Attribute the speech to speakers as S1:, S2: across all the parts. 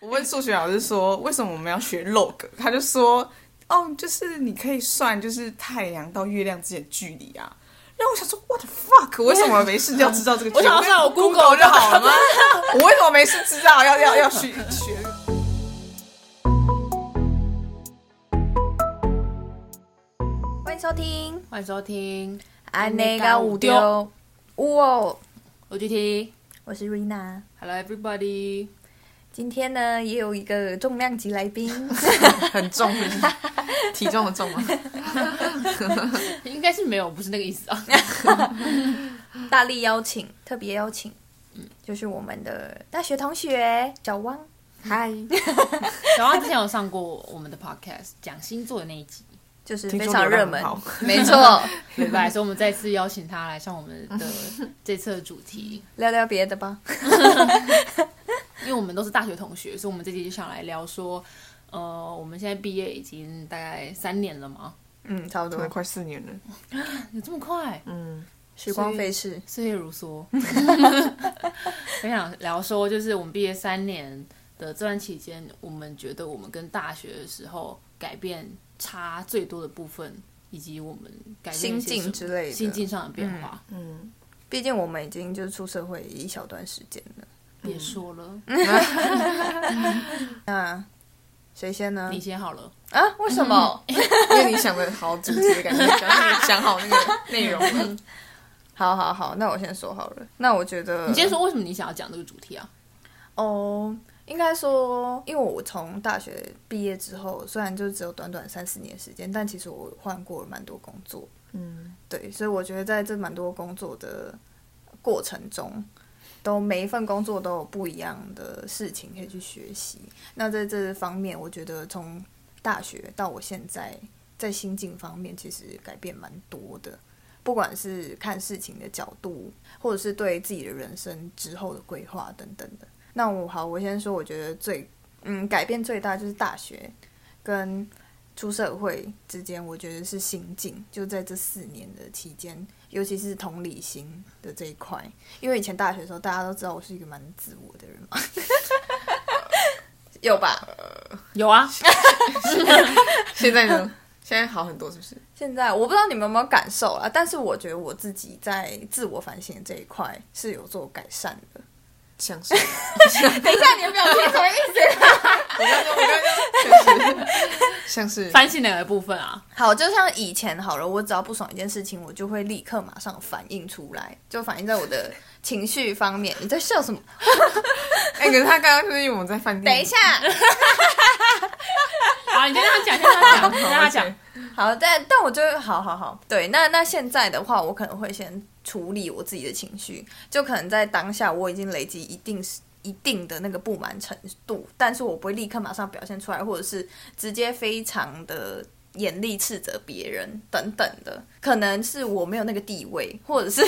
S1: 我问数学老师说，为什么我们要学 log？他就说，哦，就是你可以算就是太阳到月亮之间的距离啊。然后我想说，what the fuck？我为什么没事就要知道这个距
S2: 我
S1: 离？
S2: 想要上我 Google
S1: 就
S2: 就
S1: 好
S2: 好
S1: 了吗
S2: 了吗？
S1: 我为什么没事知道要要要去学？
S3: 欢迎收听
S2: 欢迎收听《
S3: 安内高五丢》，哇，
S2: 我 GT。
S3: 我是 Rina。
S2: Hello everybody，
S3: 今天呢，也有一个重量级来宾，
S1: 很重，是不是体重的重 吗？
S2: 应该是没有，不是那个意思啊。
S3: 大力邀请，特别邀请，就是我们的大学同学小汪。
S1: 嗨，
S2: 小王之 前有上过我们的 podcast 讲星座的那一集，
S3: 就是
S1: 听
S3: 非
S1: 说
S3: 常
S1: 流
S3: 热
S1: 量
S3: 门
S1: 很 好，
S3: 没错，
S2: 对吧？所以我们再次邀请他来上我们 的这次的主题，
S3: 聊聊别的吧。
S2: 因为我们都是大学同学，所以我们这集就想来聊说，呃，我们现在毕业已经大概三年了嘛，
S3: 嗯，差不
S1: 可能
S3: 多，
S1: 快四年了。
S2: 有这么快？
S1: 嗯，
S3: 时光飞逝。
S2: 岁月如 梭。我想聊说，就是我们毕业三年的这段期间，我们觉得我们跟大学的时候改变差最多的部分，以及我们改变一些
S3: 心境
S2: 什么
S3: 之类的嗯
S2: 心境上的变化。嗯
S1: 嗯
S3: 毕竟我们已经就是出社会一小段时间了。
S2: 别说了，
S3: 嗯那谁先呢
S2: 你？先好了。
S3: 啊？为什么？
S1: 因为你想的好主题的感觉，想想好那个内容了。
S3: 嗯好好好，那我先说好了。那我觉得
S2: 你先说为什么你想要讲这个主题啊？
S3: 哦，应该说，因为我从大学毕业之后，虽然就只有短短三四年时间，但其实我换过蛮多工作，
S1: 嗯，
S3: 对，所以我觉得在这蛮多工作的过程中，都每一份工作都有不一样的事情可以去学习。那在这方面，我觉得从大学到我现在，在心境方面其实改变蛮多的，不管是看事情的角度，或者是对自己的人生之后的规划等等的。那我好，我先说，我觉得最嗯改变最大就是大学跟出社会之间，我觉得是心境，就在这四年的期间，尤其是同理心的这一块，因为以前大学的时候，大家都知道我是一个蛮自我的人嘛， 有吧？
S2: 有啊，
S1: 现在呢？ 现在好很多是不是？
S3: 现在我不知道你们有没有感受啊，但是我觉得我自己在自我反省这一块是有做改善的。
S1: 像是，我
S3: 等一下，你的表情什么意思？
S1: 刚刚我刚刚像是像是
S2: 反省哪个部分啊？
S3: 好，就像以前好了，我只要不爽一件事情，我就会立刻马上反应出来，就反映在我的情绪方面。你在笑什么？
S1: 哎，可是他刚刚就是因为我们在饭店，
S3: 等一下。
S2: 好，啊你先让他讲，先让他 讲，
S1: 好，
S2: 先让他讲。
S3: 好，但但我就好好好，对，那那现在的话，我可能会先处理我自己的情绪，就可能在当下我已经累积一定是一定的那个不满程度，但是我不会立刻马上表现出来，或者是直接非常的严厉斥责别人等等的，可能是我没有那个地位，或 者是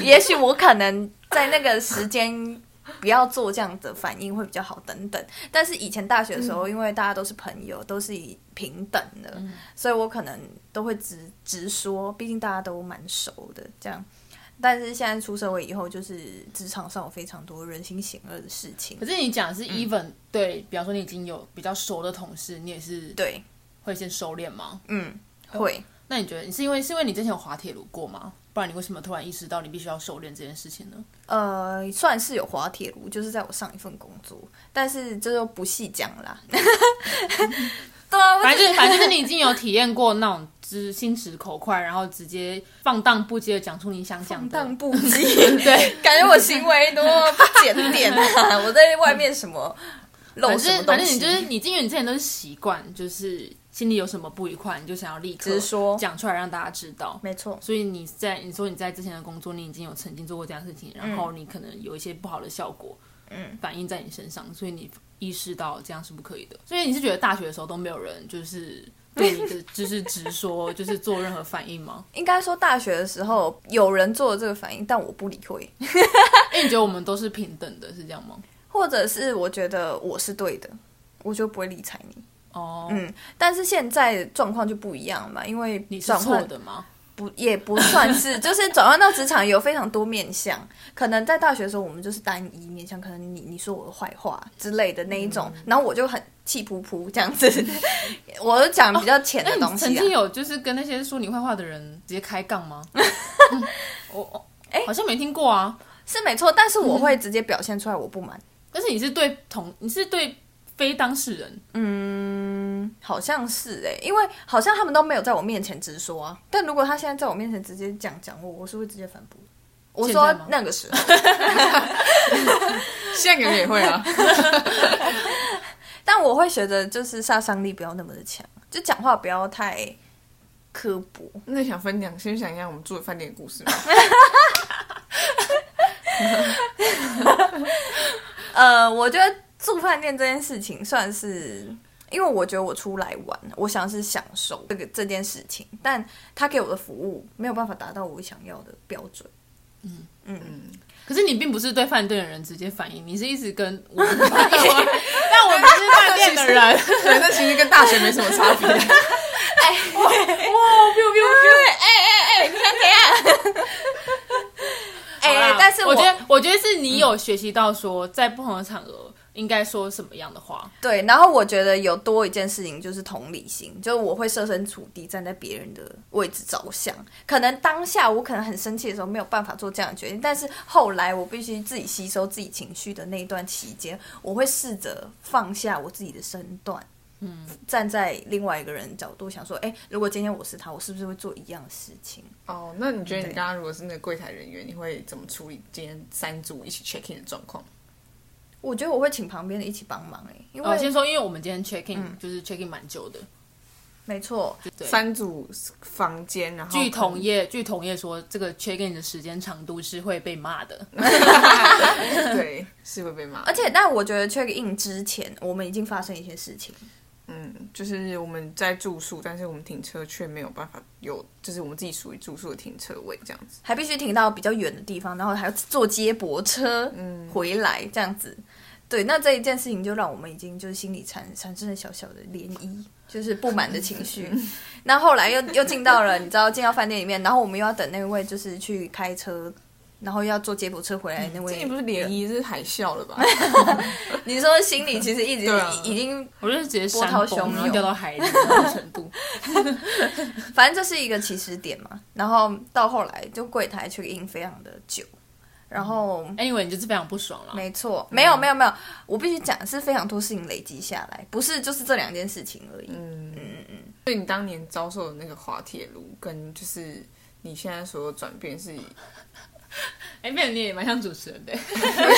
S3: 也许我可能在那个时间。不要做这样的反应会比较好，等等。但是以前大学的时
S2: 嗯
S3: 候，因为大家都是朋友，都是以平等的，所以我可能都会直直说，毕竟大家都蛮熟的这样。但是现在出社会以后，就是职场上有非常多人心险恶的事情
S2: 可。是你讲的
S3: 嗯
S2: 是 even、对，比方说你已经有比较熟的同事，你也是
S3: 对，
S2: 会先收敛吗？
S3: 嗯，会。
S2: 那你觉得你是因为是因为你之前有滑铁卢过吗？不然你为什么突然意识到你必须要收敛这件事情呢？
S3: 呃，算是有滑铁卢，就是在我上一份工作，但是这就不细讲啦。 对啊，我
S2: 反正就是反正就是你已经有体验过那种就是心直口快，然后直接放荡不羁的讲出你想讲
S3: 放
S2: 的
S3: 荡。不羁，
S2: 对，
S3: 感觉我行为多不检点啊！我在外面什么
S2: 反
S3: 漏什么
S2: 正
S3: 东
S2: 反正
S3: 西，
S2: 你就是你，因为你之前都是习惯，就是心里有什么不愉快，你就想要立刻
S3: 直说
S2: 讲出来让大家知道。
S3: 没错。
S2: 所以你在你说你在之前的工作，你已经有曾经做过这样的事情，然后你可能有一些不好的效果，
S3: 嗯，
S2: 反映在你身上，所以你意识到这样是不可 以的。嗯所以你是觉得大学的时候都没有人就是 对你的就是直说，就是做任何反应吗？
S3: 应该说大学的时候有人做了这个反应，但我不理会，
S2: 因为你觉得我们都是平等的，是这样吗？
S3: 或者是我觉得我是对的，我就不会理睬你。
S2: 哦，
S3: 嗯但是现在状况就不一样嘛，因为
S2: 你是
S3: 转
S2: 错
S3: 换
S2: 的吗？
S3: 不也不算 是，就是转换到职场有非常多面向。可能在大学的时候，我们就是单一面向，可能你你说我的坏话之类的那一种，
S2: 嗯
S3: 然后我就很气扑扑这样子， 我就讲比较浅
S2: 哦那哎
S3: 的
S2: 你
S3: 东
S2: 曾
S3: 西、啊
S2: 经。有就是跟那些说你坏话的人直接开杠 吗？我我
S3: 哎
S2: 好像没听过啊。
S3: 是没错，但是我
S2: 嗯
S3: 会直接表现出来我不满，
S2: 但是你是对同你是对非当事人，
S3: 好像是哎、因为好像他们都没有在我面前直说啊。但如果他现在在我面前直接讲讲我，我是会直接反驳。我
S2: 现在
S3: 说
S2: 吗
S3: 那个时候，
S1: 现在感觉也会啊，
S3: 但我会学着就是杀伤力不要那么的强，就讲话不要太刻薄。
S1: 那想分享，先想一下我们住的饭店的故事吗？
S3: 呃，我觉得住饭店这件事情算是，因为我觉得我出来玩，我想是享受这个这件事情，但他给我的服务没有办法达到我想要的标 准。
S2: 可是你并不是对饭店的人直接反应，你是一直跟我 们反应，但我不是饭店的人。
S1: 对，那其实跟大学没什么差别。
S2: 哎 好
S3: 哎、
S2: 啦
S3: 但是
S2: 我
S3: 我
S2: 觉得，我觉得是你有学习到说，在不同的场合应该说什么样的话。
S3: 对，然后我觉得有多一件事情就是同理心，就是我会设身处地站在别人的位置着想。可能当下我可能很生气的时候没有办法做这样的决定，但是后来我必须自己吸收自己情绪的那一段期间，我会试着放下我自己的身段。嗯，站在另外一个人的角度想说，哎、如果今天我是他，我是不是会做一样的事情？
S1: 哦，那你觉得你刚刚如果是那个柜台人员，你会怎么处理今天三组一起 check in 的状况？
S3: 我觉得我会请旁边的一起帮忙、哎，因为、嗯
S2: 我哦呃先说，因为我们今天 check in、就是 check in 蛮久的，
S3: 没错，
S2: 对
S1: 三组房间，然后
S2: 据同业据同业说，这个 check in 的时间长度是会被骂的。
S1: 对是会被骂
S3: 而。且但我觉得 check in 之前，我们已经发生一些事情。
S1: 嗯，就是我们在住宿，但是我们停车却没有办法有，就是我们自己属于住宿的停车位这样子。
S3: 还必须停到比较远的地方，然后还要坐接驳车
S1: 嗯
S3: 回来这样子。对，那这一件事情就让我们已经就是心里产产生了小小的涟漪，就是不满的 情绪。那后来又又进到了，你知道进到饭店里面，然后我们又要等那位就是去开车，然后又要坐接驳车回来的
S1: 这
S3: 那位。
S1: 也不是涟漪，这是海啸了吧？
S3: 你说心里其实 一直、
S1: 对啊
S3: 已经
S2: 我就是直接山
S3: 波涛
S2: 崩，
S3: 汹涌
S2: 然后掉到海里的那种程 度。
S3: 反正这是一个起始点嘛。然后到后来就柜台 check in 非常的久，然后
S2: anyway，你就是非常不爽了。
S3: 没错，
S1: 嗯
S3: 没有没有没有，我必须讲是非常多事情累积下来，不是就是这两件事情而已。
S1: 嗯所以你当年遭受的那个滑铁卢，跟就是你现在所有转变是，
S2: 哎，变成你也蛮像主持人的。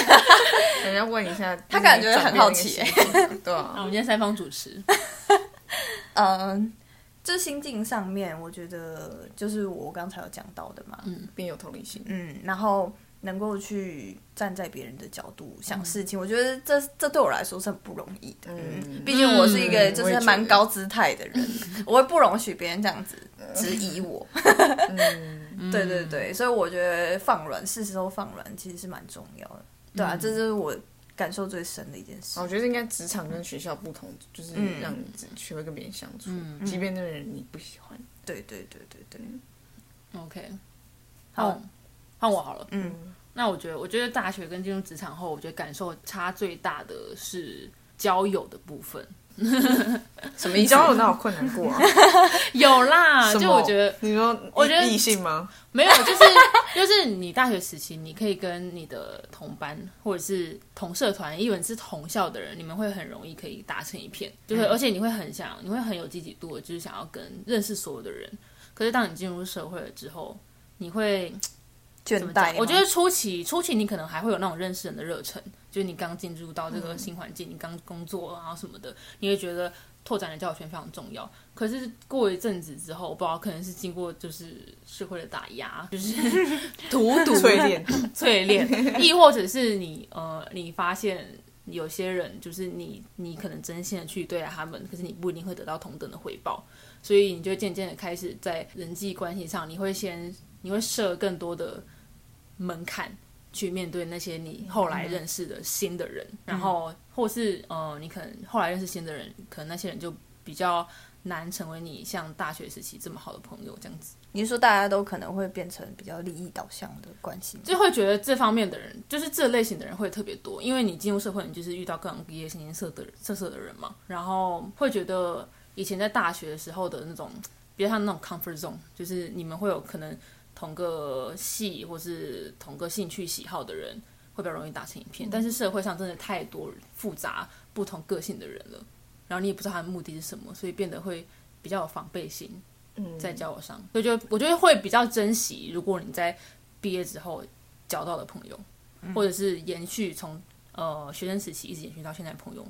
S1: 人家问一下，
S3: 他感觉很好奇
S1: 你转变的那个心境对
S2: 那我
S1: 啊，
S2: 们今天三方主持，
S3: 嗯，这心境上面，我觉得就是我刚才有讲到的嘛，
S1: 变有同理心。
S3: 嗯，然后能够去站在别人的角度
S1: 嗯
S3: 想事情，我觉得这这对我来说是很不容易的。嗯，毕竟我是一个
S1: 嗯
S3: 就
S1: 我也觉
S3: 是
S1: 得
S3: 蛮高姿态的 人，我会不容许别人这样子质疑我。
S1: 嗯
S3: 对对对，所以我觉得放软是时候放软，其实是蛮重要的。对
S1: 嗯
S3: 啊，这就是我感受最深的一件事
S1: 啊。我觉得应该职场跟学校不同，就是
S3: 嗯
S1: 让你只学会跟别人相处，即便那个人你不喜欢。
S3: 对对对对对，
S2: 嗯 OK，
S3: 好
S2: 换换我好了。
S3: 嗯，
S2: 那我觉得，我觉得大学跟进入职场后，我觉得感受差最大的是交友的部分。 嗯
S1: 什么意思？交友 哪有困难过啊？
S2: 有啦，
S1: 什么
S2: 就我觉得
S1: 你说，
S2: 我觉得
S1: 异性吗？
S2: 没有，就是 就是你大学时期，你可以跟你的同班或者是同社团，因为你是同校的人，你们会很容易可以打成一片，就是、
S1: 嗯
S2: 而且你会很想，你会很有积极度，就是想要跟认识所有的人。可是当你进入社会了之后，你会
S3: 倦
S2: 怎么
S3: 怠
S2: 讲
S3: 吗。
S2: 我觉得初期初期你可能还会有那种认识人的热忱，就是你刚进入到这
S3: 嗯
S2: 个新环境，你刚工作然后什么的，你会觉得拓展的交友圈非常重要。可是过一阵子之后，我不知道可能是经过就是社会的打压，就是荼毒
S1: 淬炼，
S2: 淬炼，亦或者是你呃，你发现有些人就是你，你可能真心的去对待他们，可是你不一定会得到同等的回报，所以你就渐渐的开始在人际关系上，你会先你会设更多的门槛去面对那些你后来认识的新的人，然后或是呃，你可能后来认识新的人，可能那些人就比较难成为你像大学时期这么好的朋友这样子。
S3: 你是说大家都可能会变成比较利益导向的关系吗？
S2: 就会觉得这方面的人，就是这类型的人会特别多，因为你进入社会，你就是遇到各种各业、形形色的人色色的人嘛，然后会觉得以前在大学的时候的那种，比较像那种 comfort zone，就是你们会有可能同个系或是同个兴趣喜好的人，会比较容易打成一片。但是社会上真的太多复杂不同个性的人了，然后你也不知道他的目的是什么，所以变得会比较有防备心。
S1: 嗯
S2: 在交友上，所以就我觉得会比较珍惜，如果你在毕业之后交到的朋友，或者是延续从呃学生时期一直延续到现在的朋友，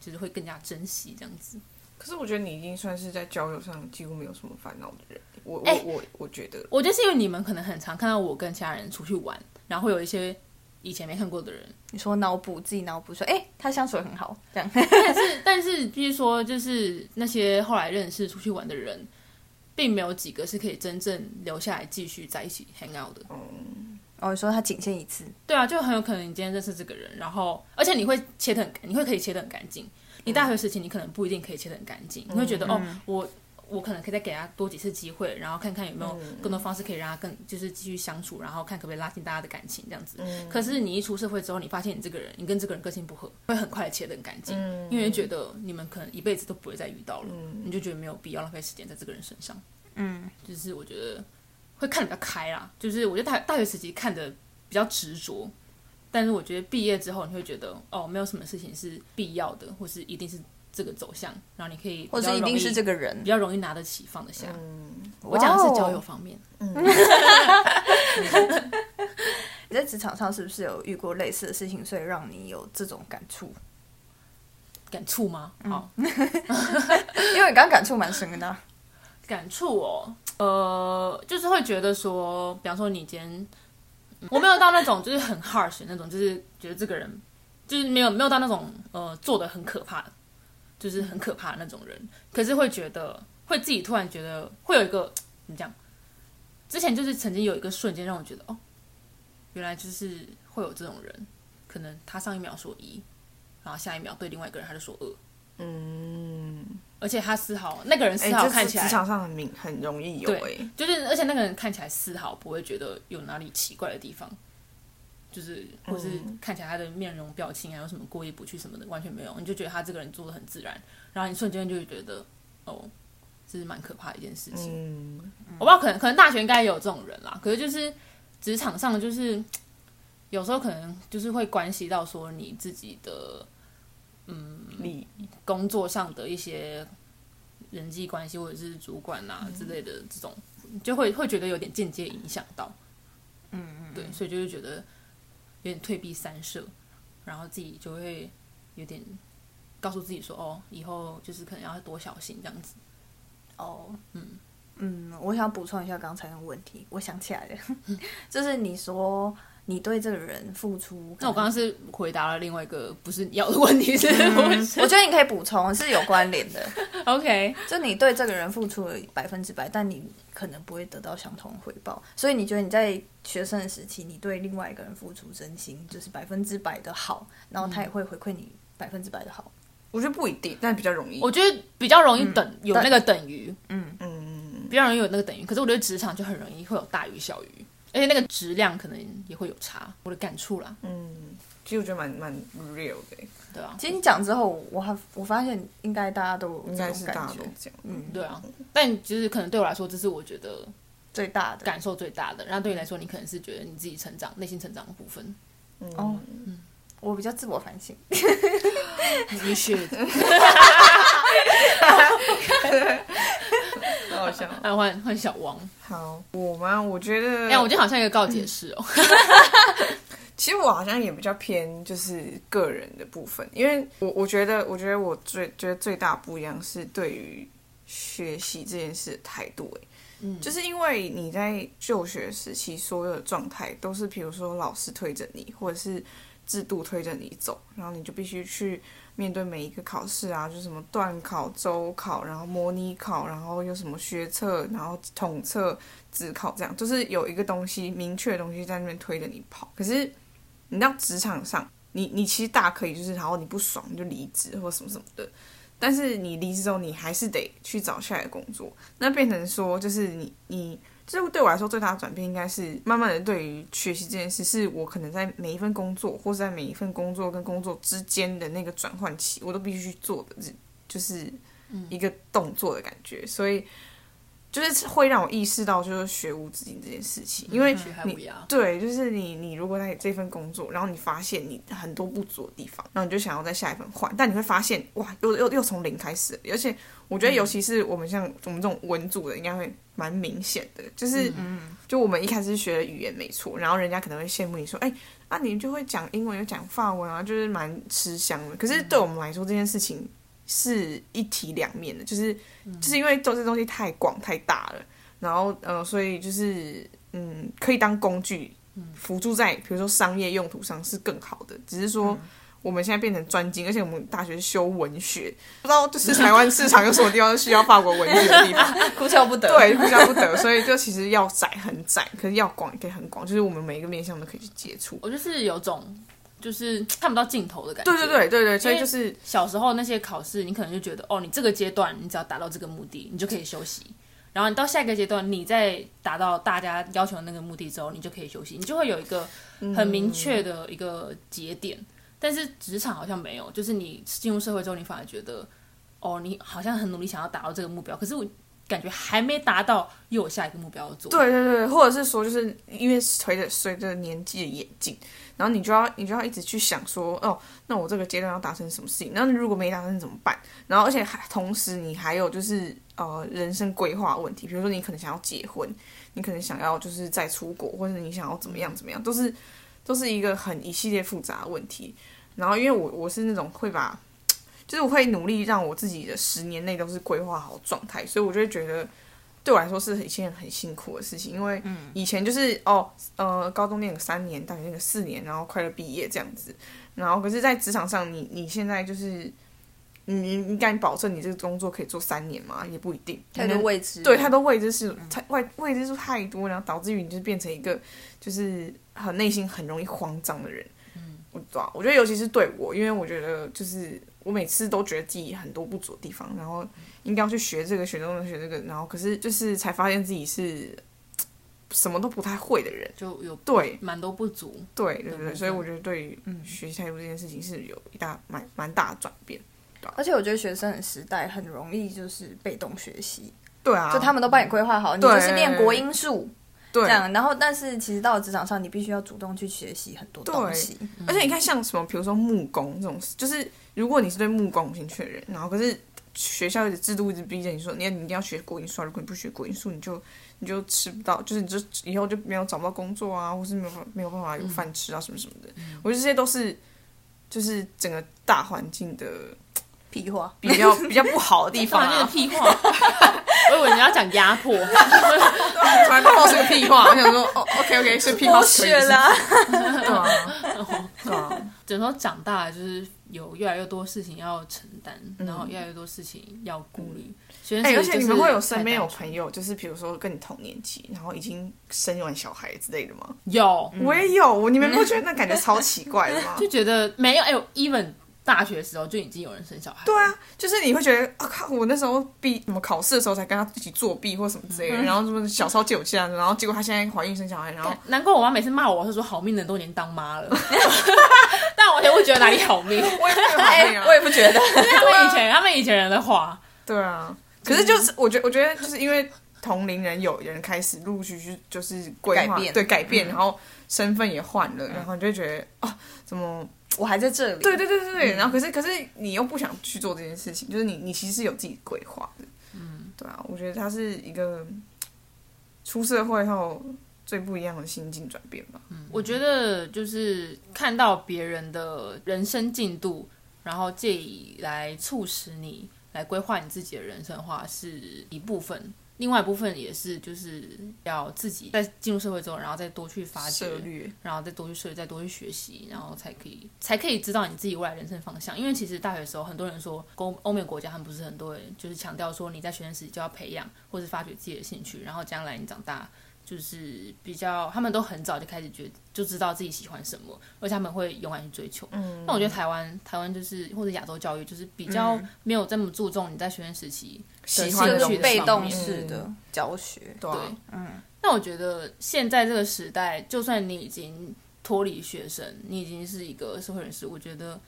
S2: 就是会更加珍惜这样子。
S1: 可是我觉得你已经算是在交友上几乎没有什么烦恼的人，我我、
S2: 哎
S1: 我我觉得，
S2: 我觉得是因为你们可能很常看到我跟其他人出去玩，然后会有一些以前没看过的人，
S3: 你说脑补自己脑补说，哎、他相处得很好，这样
S2: 但是必须说，就是那些后来认识出去玩的人，并没有几个是可以真正留下来继续在一起 hang out 的。
S3: 哦，你说他仅限一次，
S2: 对啊，就很有可能你今天认识这个人，然后而且你会切的很，你会可以切的很干净。你大学时期你可能不一定可以切的很干净，你会觉得、哦，我我可能可以再给他多几次机会，然后看看有没有更多方式可以让他更就是继续相处，然后看可不可以拉近大家的感情这样子。可是你一出社会之后，你发现你这个人，你跟这个人个性不合，会很快地切的很干净，因为觉得你们可能一辈子都不会再遇到了，你就觉得没有必要浪费时间在这个人身上。
S3: 嗯，
S2: 就是我觉得会看得比较开啦。就是我觉得大大学时期看的比较执着，但是我觉得毕业之后你会觉得哦，没有什么事情是必要的，或是一定是这个走向，然后你可以
S3: 或者一定是这
S2: 个
S3: 个人
S2: 比。较容易拿得起放得下。我
S1: 嗯
S3: 哇哦
S2: 讲的是交友方面，
S3: 你在职场上是不是有遇过类似的事情，所以让你有这种感 触？
S2: 感触吗？
S3: 嗯
S2: 好，
S3: 因为你刚刚感触蛮深的、 啊，
S2: 感触哦，呃，就是会觉得说，比方说你今天，嗯我没有到那种就是很 harsh 的那种，就是觉得这个人就是没有没有到那种呃做的很可怕，就是很可怕的那种人，可是会觉得会自己突然觉得会有一个怎么讲？之前就是曾经有一个瞬间让我觉得哦，原来就是会有这种人，可能他上一秒说一，然后下一秒对另外一个人他就说二，
S1: 嗯，
S2: 而且他丝毫那个人丝
S1: 哎、
S2: 毫
S1: 这
S2: 啊看
S1: 是
S2: 起来
S1: 职场上很明很容易有哎、
S2: 对就是而且那个人看起来丝毫不会觉得有哪里奇怪的地方，就是或是看起来他的面容表情啊还有什么过意不去什么的，完全没有，你就觉得他这个人做的很自然，然后你瞬间就会觉得哦，这是蛮可怕的一件事情。
S1: 嗯，
S2: 我不知道，可能可能大学应该也有这种人啦。可是就是职场上，就是有时候可能就是会关系到说你自己的
S1: 你
S2: 工作上的一些人际关系，或者是主管啊之类的这种，就会会觉得有点间接影响到。嗯嗯，对，所以就会觉得有点退避三舍，然后自己就会有点告诉自己说，哦，以后就是可能要多小心这样子。
S3: 哦，嗯嗯，我想补充一下刚才的问题，我想起来了， 就是你说你对这个人付出，
S2: 那我刚刚是回答了另外一个不是你要的问题，是不
S1: 嗯
S2: 是、
S3: 我觉得你可以补充是有关联的，
S2: OK？
S3: 就你对这个人付出了百分之百，但你可能不会得到相同回报，所以你觉得你在学生的时期，你对另外一个人付出真心，就是百分之百的好，然后他也
S1: 嗯
S3: 会回馈你百分之百的好。
S1: 我觉得不一定，但比较容易。
S2: 我觉得比较容易等、有
S3: 等
S2: 那个等于，
S1: 嗯，
S2: 比较容易有那个等于。可是我觉得职场就很容易会有大于小于，而且那个质量可能也会有差。我的感触啦，
S1: 嗯其实我觉得蛮蛮 real 的欸、
S2: 对啊，
S3: 其实你讲之后，我还我发现应该大家都有
S1: 应
S3: 这
S1: 该
S3: 种
S1: 是大
S3: 感
S1: 家
S3: 觉嗯
S1: 都，这样。
S2: 对啊。但其实可能对我来说，这是我觉得
S3: 最大的
S2: 感受最大的。然后对你来说，你可能是觉得你自己成长、内心成长的部分。
S1: 嗯
S3: 哦。我比较自我反省，
S2: 你学，
S1: 好好笑。
S2: 哎，换换小王。
S1: 好，我吗？我觉得，
S2: 哎、我今天好像一个告解式哦。
S1: 其实我好像也比较偏就是个人的部分，因为我我觉得，我觉得我最觉得最大不一样是对于学习这件事的态度、欸，
S2: 嗯，
S1: 就是因为你在就学时期所有的状态都是，比如说老师推着你，或者是制度推着你走，然后你就必须去面对每一个考试啊，就什么段考、周考，然后模拟考，然后又什么学测，然后统测、自考，这样就是有一个东西明确的东西在那边推着你跑。可是你到职场上，你你其实大可以就是，然后你不爽你就离职或什么什么的，但是你离职之后，你还是得去找下一个工作，那变成说就是你你。就是对我来说，最大的转变应该是慢慢的对于学习这件事，是我可能在每一份工作，或是在每一份工作跟工作之间的那个转换期，我都必须去做的，就是一个动作的感觉。所以就是会让我意识到，就是学无止境这件事情， 因为
S2: 学海无
S1: 你
S2: 涯。
S1: 对，就是你你如果在这份工作，然后你发现你很多不足的地方，然后你就想要在下一份换，但你会发现哇，又又又从零开始了，而且我
S3: 嗯
S1: 觉得尤其是我们像我们这种文组的，应该会蛮明显的，就是。
S3: 嗯，
S1: 就我们一开始学语言没错，然后人家可能会羡慕你说，哎、啊你就会讲英文又讲法文啊，就是蛮吃香的。可
S3: 嗯
S1: 是对我们来说，这件事情是一体两面的，就是、就是因为做这东西太广太大了，然后呃，所以就是嗯，可以当工具辅助在比如说商业用途上是更好的，只是说。我们现在变成专精，而且我们大学是修文学，不知道就是台湾市场有什么地方需要法国文学的地 方，
S3: 哭笑不得。
S1: 对，不交不得，所以就其实要窄很窄，可是要广也可以很广，就是我们每一个面向都可以去接触。
S2: 我就是有种就是看不到尽头的感觉。
S1: 对对对对对，所以
S2: 因为
S1: 就是
S2: 小时候那些考试，你可能就觉得哦，你这个阶段你只要达到这个目的，你就可以休息。然后你到下一个阶段，你再达到大家要求的那个目的之后，你就可以休息，你就会有一个很明确的一个节点。但是职场好像没有，就是你进入社会之后，你反而觉得哦，你好像很努力想要达到这个目标，可是我感觉还没达到，又有下一个目标要做。
S1: 对对对，或者是说，就是因为随着随着年纪的演进，然后你就要你就要一直去想说，哦，那我这个阶段要达成什么事情？那如果没达成怎么办？然后而且还同时你还有就是呃人生规划问题，比如说你可能想要结婚，你可能想要就是再出国，或者你想要怎么样怎么样，都是都是一个很一系列复杂的问题。然后因为我我是那种会把，就是我会努力让我自己的十年内都是规划好状态，所以我就会觉得。对我来说是一件很辛苦的事情，因为以前就是、哦，呃，高中念个三年，大学念个四年，然后快乐毕业这样子。然后可是，在职场上你，你现在就是你你你敢保证你这个工作可以做三年吗？也不一定，
S3: 太多未知。
S1: 对，太多未知数，太未未知数太多，然后导致于你就是变成一个就是很内心很容易慌张的人。嗯，我知道，我觉得尤其是对我，因为我觉得就是我每次都觉得自己很多不足的地方，然后应该要去学这个学那个学这个，然后可是就是才发现自己是什么都不太会的人。
S2: 就有
S1: 对
S2: 蛮多不足。
S1: 对对
S2: 的
S1: 对，
S2: 部
S1: 所以
S2: 分
S1: 我觉得对于
S3: 嗯
S1: 学习态度这件事情是有一大蛮蛮大的转变。
S3: 而且我觉得学生很时代很容易就是被动学习，
S1: 对啊，
S3: 就他们都帮你规划好，你
S1: 对
S3: 就是练国英数
S1: 对
S3: 这样。然后，但是其实到了职场上，你必须要主动去学习很多东西。
S1: 而且你看，像什么，比如说木工这种，就是如果你是对木工有兴趣的人，然后可是学校一直制度一直逼着你说，你要你一定要学国音数啊，如果你不学国音数，你就你就吃不到，就是你就以后就没有找不到工作啊，或是没有办没有办法有饭吃啊，什么什么的。我觉得这些都是就是整个大环境的
S3: 屁话，
S1: 比较 比较不好的地方
S2: 那个
S1: 啊。
S2: 屁话， 我以为你要讲压迫。
S1: 突然爆出个屁话，我想说，哦，OK OK，是屁话
S3: 剥
S1: 可以
S3: 削啦，
S1: 对啊，对啊，
S2: 只能说长大就是有越来越多事情要承担，然后越来越多事情要顾虑。学生
S1: 嗯哎、
S2: 时
S1: 而
S2: 期
S1: 且你
S2: 就
S1: 们
S2: 是
S1: 会有身边有
S2: 太单纯
S1: 朋友，就是比如说跟你同年级，然后已经生完小孩之类的吗？
S2: 有，
S1: 我也有，你们不
S2: 嗯
S1: 觉得那感觉超奇怪 的吗？
S2: 就觉得没有。哎、呦 e v e n 大学的时候就已经有人生小孩，
S1: 对啊，就是你会觉得，啊靠！我那时候毕什么考试的时候才跟他一起作弊或什么之
S2: 嗯
S1: 类的，然后什么小抄借我借啊，然后结果他现在怀孕生小孩，然后
S2: 难怪我妈每次骂我，她说好命的人都已经当妈了， 但我也不觉得哪里好命，因为
S1: 我也啊没有怀
S3: 哎
S1: 孕，啊
S3: 我，也不觉得。
S2: 他们以前他们以前人的话，
S1: 对啊。可是
S2: 嗯
S1: 就是，我觉得，我觉得就是因为同龄人有人开始陆陆续续就是规划
S3: 改，变
S1: 对改变，
S2: 嗯
S1: 然后身份也换了，然后你就会觉得啊，怎么
S3: 我还在这里。
S1: 对对对对对，然后可是可是你又不想去做这件事情，就是你你其实是有自己规划的，嗯，对啊，我觉得它是一个嗯出社会后最不一样的心境转变吧。
S2: 我觉得就是看到别人的人生进度，然后借以来促使你来规划你自己的人生的话，是一部分。另外一部分也是，就是要自己在进入社会之后，然后再多去发掘
S1: 策，略，
S2: 然后再多去涉猎，再多去学习，然后才可以才可以知道你自己未来人生方向。因为其实大学的时候，很多人说欧欧美国家，他们不是很多人就是强调说你在学生时期就要培养或是发掘自己的兴趣，然后将来你长大就是比较，他们都很早就开始觉就知道自己喜欢什么，而且他们会勇敢去追求。
S1: 嗯，
S2: 那我觉得台湾台湾就是或者亚洲教育就是比较没有这么注重你在学生时期的
S1: 喜
S2: 兴
S1: 欢
S3: 是
S1: 的那
S3: 有
S2: 趣
S1: 种
S2: 的
S3: 被
S2: 方
S3: 动
S2: 面
S3: 式的
S1: 嗯
S3: 教学，
S1: 对啊
S2: 对，那我觉得现在这个时代，就算你已经脱离学生，你已经是一个社会人士，我觉得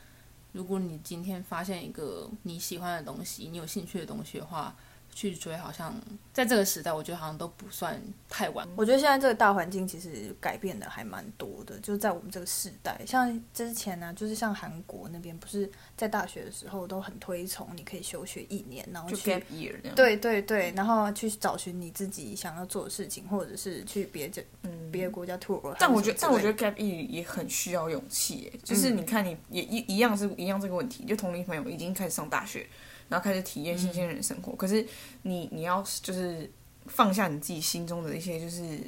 S2: 如果你今天发现一个你喜欢的东西，你有兴趣的东西的话，去追好像在这个时代，我觉得好像都不算太晚。
S3: 我觉得现在这个大环境其实改变的还蛮多的，就在我们这个时代，像之前呢、就是像韩国那边，不是在大学的时候都很推崇你可以休学一年，然后
S1: 就
S3: 去嗯
S1: gap year 那样。，
S3: 对对对，然后去找寻你自己想要做的事情，或者是去别的
S1: 嗯
S3: 别的国家 tour 还是什么之类的。嗯
S1: 但我觉得，但我觉得 gap year 也很需要勇气耶，就是你看你也一一样是一样这个问题，就同龄朋友已经开始上大学，然后开始体验新
S3: 嗯
S1: 鲜人生活，可是你你要就是放下你自己心中的一些就是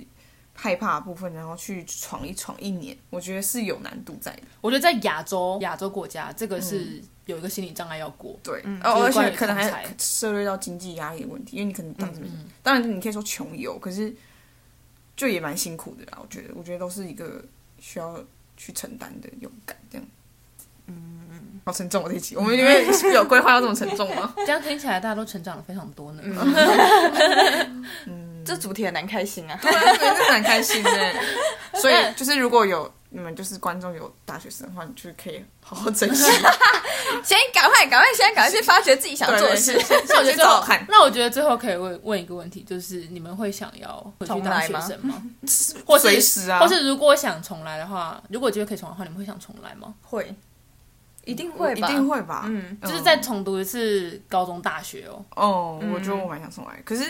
S1: 害怕的部分，然后去闯一闯一年，我觉得是有难度在的。
S2: 我觉得在亚洲亚洲国家，这个是有一个心理障碍要过。
S1: 对，哦，而
S2: 就是关
S1: 且
S2: 于
S1: 可能
S2: 同
S1: 还
S2: 才
S1: 涉略到经济压力的问题，因为你可能当时、当然你可以说穷游，可是就也蛮辛苦的啦。我觉得，我觉得都是一个需要去承担的勇敢这样。嗯，好沉重哦，我这一集，我们因为是有规划要这么沉重 吗？
S2: 这样听起来大家都成长了非常多呢。
S3: 这主题很难开心啊。
S1: 对啊，真的很开心的。所以就是如果有你们就是观众有大学生的话，你就可以好好珍惜。
S3: 先赶快赶快，现在赶快去发掘自己想做的事
S1: 对。对
S2: 那
S1: 去
S2: 我觉得最
S1: 找
S2: 后
S1: 看，
S2: 那我觉得最后可以问问一个问题，就是你们会想要回去
S3: 重
S2: 当
S3: 来
S2: 学
S3: 吗
S2: 生吗？或是
S1: 随时啊，
S2: 或是如果想重来的话，如果觉得可以重来的话，你们会想重来吗？
S3: 会，一定会
S1: 一
S3: 吧？
S1: 定。会吧？
S3: 嗯，
S2: 就是再重读一次高中、大学哦。
S1: 哦，我觉得我蛮想送来，可是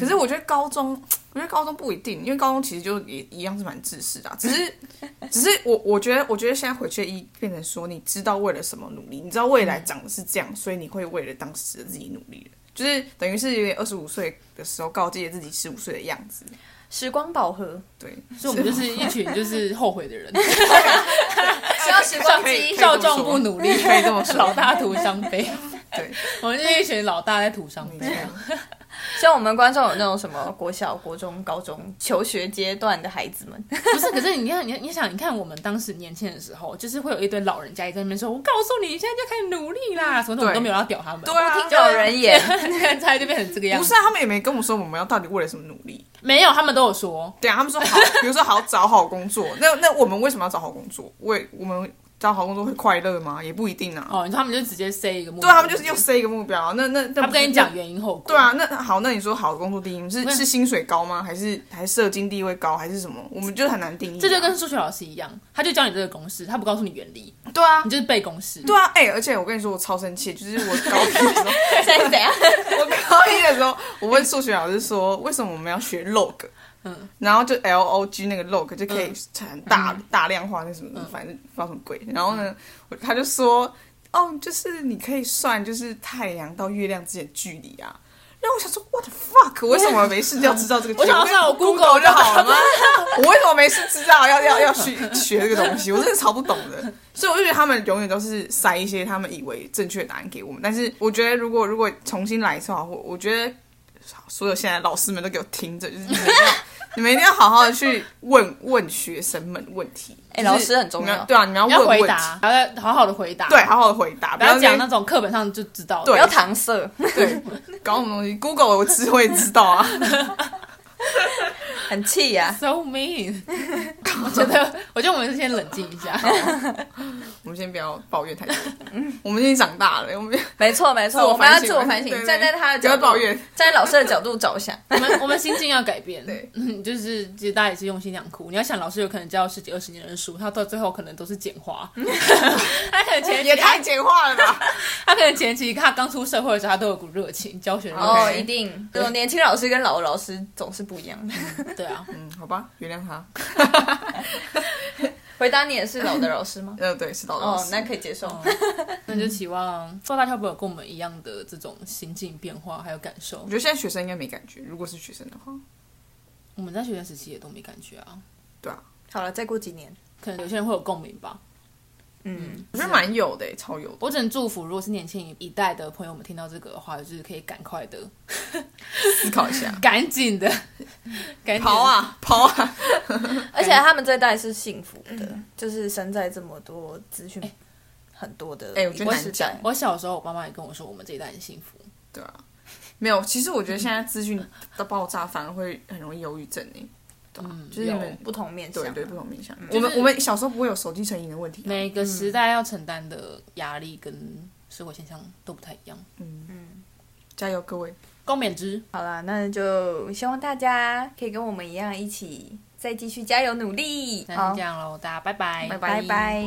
S1: 可是我觉得高中，我觉得高中不一定，因为高中其实就也一样是蛮自私的啊、只是 只是我我觉得我觉得现在回去一变成说，你知道为了什么努力，你知道未来长得是这样，所以你会为了当时的自己努力了就是等于是有点二十五岁的时候告诫自己十五岁的样子，
S3: 时光宝盒，
S1: 对，
S2: 所以我 们就是一群就是后悔的人，
S3: 需要时光
S1: 可以可
S3: 机
S1: 以。
S2: 少壮不努力，
S1: 可以这么说
S2: 老大徒伤悲。
S1: 对，
S2: 我们就是一群老大在徒伤
S1: 没
S2: 悲。
S1: 错。
S3: 像我们观众有那种什么国小、国中、高中求学阶段的孩子们，
S2: 不是，可是你看，你你想，你看我们当时年轻的时候，就是会有一堆老人家也在那边说：“我告诉你，你现在就开始努力啦，什么的，我
S1: 对
S2: 们都没有要屌他们。”
S1: 对 啊
S3: 听者有人言，
S2: 人才就变成这个样
S1: 不
S2: 子。
S1: 是啊，他们也没跟我说我们要到底为了什么努力。
S2: 没有，他们都有说，
S1: 对啊，他们说好， 比如说好找好工作，那那我们为什么要找好工作？为我们找好工作会快乐吗？也不一定啊。
S2: 哦，你说他们就直接 say 一个目
S1: 对
S2: 标，
S1: 啊，他们就是又塞一个目标啊，那那那
S2: 他
S1: 不是
S2: 不跟你讲。原因后果。
S1: 对啊，那好，那你说好的工作第一是
S2: 没有
S1: 是薪水高吗？还是还是社经地位高，还是什么？我们就很难定义啊、
S2: 这就跟数学老师一样，他就教你这个公式，他不告诉你原理，
S1: 对啊
S2: 你，就是背公式。
S1: 对啊，哎、而且我跟你说，我超生气，就是我高 一的时候，
S3: 现在是怎样？
S1: 我高一的时候，我问数学老师说，为什么我们要学 log？嗯，然后就 L O G 那个 log 就可以很大、大量化那什么，反正不知道什么鬼。然后呢，我他就说，哦，就是你可以算就是太阳到月亮之间的距离啊。然后我想说，what the fuck？为什么没事就要知道这个距离？
S2: 我想
S1: 跟
S2: 上我
S1: Google
S2: Google
S1: 就好了吗？ 我为什么没事知道要要要去学这个东西？我真的超不懂的。所以我就觉得他们永远都是塞一些他们以为正确的答案给我们。但是我觉得，如果如果重新来一次的话，我我觉得所有现在老师们都给我听着，就是你们要你们一定要好好的去问问学生们问题。 就
S3: 哎，
S1: 是
S3: 老师很
S1: 你
S3: 重
S1: 们要
S3: 要，
S1: 对啊，你们要
S2: 你要
S1: 问问
S2: 回
S1: 题，
S2: 答，然后要好好的回答，
S1: 对，，好好的回答，
S2: 不要讲
S1: 那
S2: 那种课本上就知道的。
S3: 不
S1: 对
S3: 要搪塞。
S1: 对搞什么东西。Google 我只会知道 啊。
S3: 很气呀、
S2: ，so mean。我觉得，我觉得我们先冷静一 下。
S1: 我们先不要抱怨太多，我们已经长大了，我们
S3: 没错没
S1: 自
S3: 错，
S1: 我
S3: 我们要
S1: 反省
S3: 自我反省
S1: 对，对
S3: 站在他的角
S1: 不
S3: 度，
S1: 要抱怨
S3: 站在老师的角度着 想。
S2: 我们我们心境要改变。
S1: 对
S2: 嗯， 就是其实大家也是用心良苦。你要想，老师有可能教十几二十年的书，他到最后可能都是简 化。他可能前
S1: 也太简化了吧？
S2: 他可能前期他刚出社会的时候，他都有股热情，教学热情。
S3: 哦
S1: OK
S3: 一定，这种年轻老师跟老的老师总是不一 样的。
S2: 对啊，
S1: 嗯，好吧，原谅他。？
S3: 回答你也是老的老师吗
S1: 呃，对，是导老
S3: 哦，
S1: 师。
S3: 那可以接受。
S2: 那就期望不知道大家会不会有跟我们一样的这种心境变化还有感受
S1: 我。觉得现在学生应该没感觉，如果是学生的话，
S2: 我们在学生时期也都没感觉啊，
S1: 对啊，
S3: 好了，再过几年，
S2: 可能有些人会有共鸣吧。
S3: 嗯，
S1: 我觉得蛮有的、欸，超有的。
S2: 我只能祝福，如果是年轻一代的朋友们听到这个的话，就是可以赶快的、，
S1: 思考一下
S2: 赶紧的、赶紧地
S1: 跑！啊跑啊！
S3: 而且他们这一代是幸福的，
S1: 嗯
S3: 就是生在这么多资讯很多的
S1: 哎哎我觉得
S3: 一个时代
S1: 难
S2: 我小时候，我爸妈也跟我说，我们这一代很幸福。
S1: 对啊，没有。其实我觉得现在资讯的爆炸反而会很容易忧郁症诶、对啊、就是你们
S3: 不同面向
S1: 对
S3: 啊，
S1: 对不同面向。
S2: 是
S1: 我们我们小时候不会有手机成瘾的问题啊、
S2: 每个时代要承担的压力跟社会现象都不太一样，
S1: 加油各位！
S2: 共勉之。
S3: 好啦，那就希望大家可以跟我们一样一起再继续加油努力。
S2: 那
S3: 好
S2: 就这，样喽，大家拜拜，
S1: 拜
S3: 拜拜。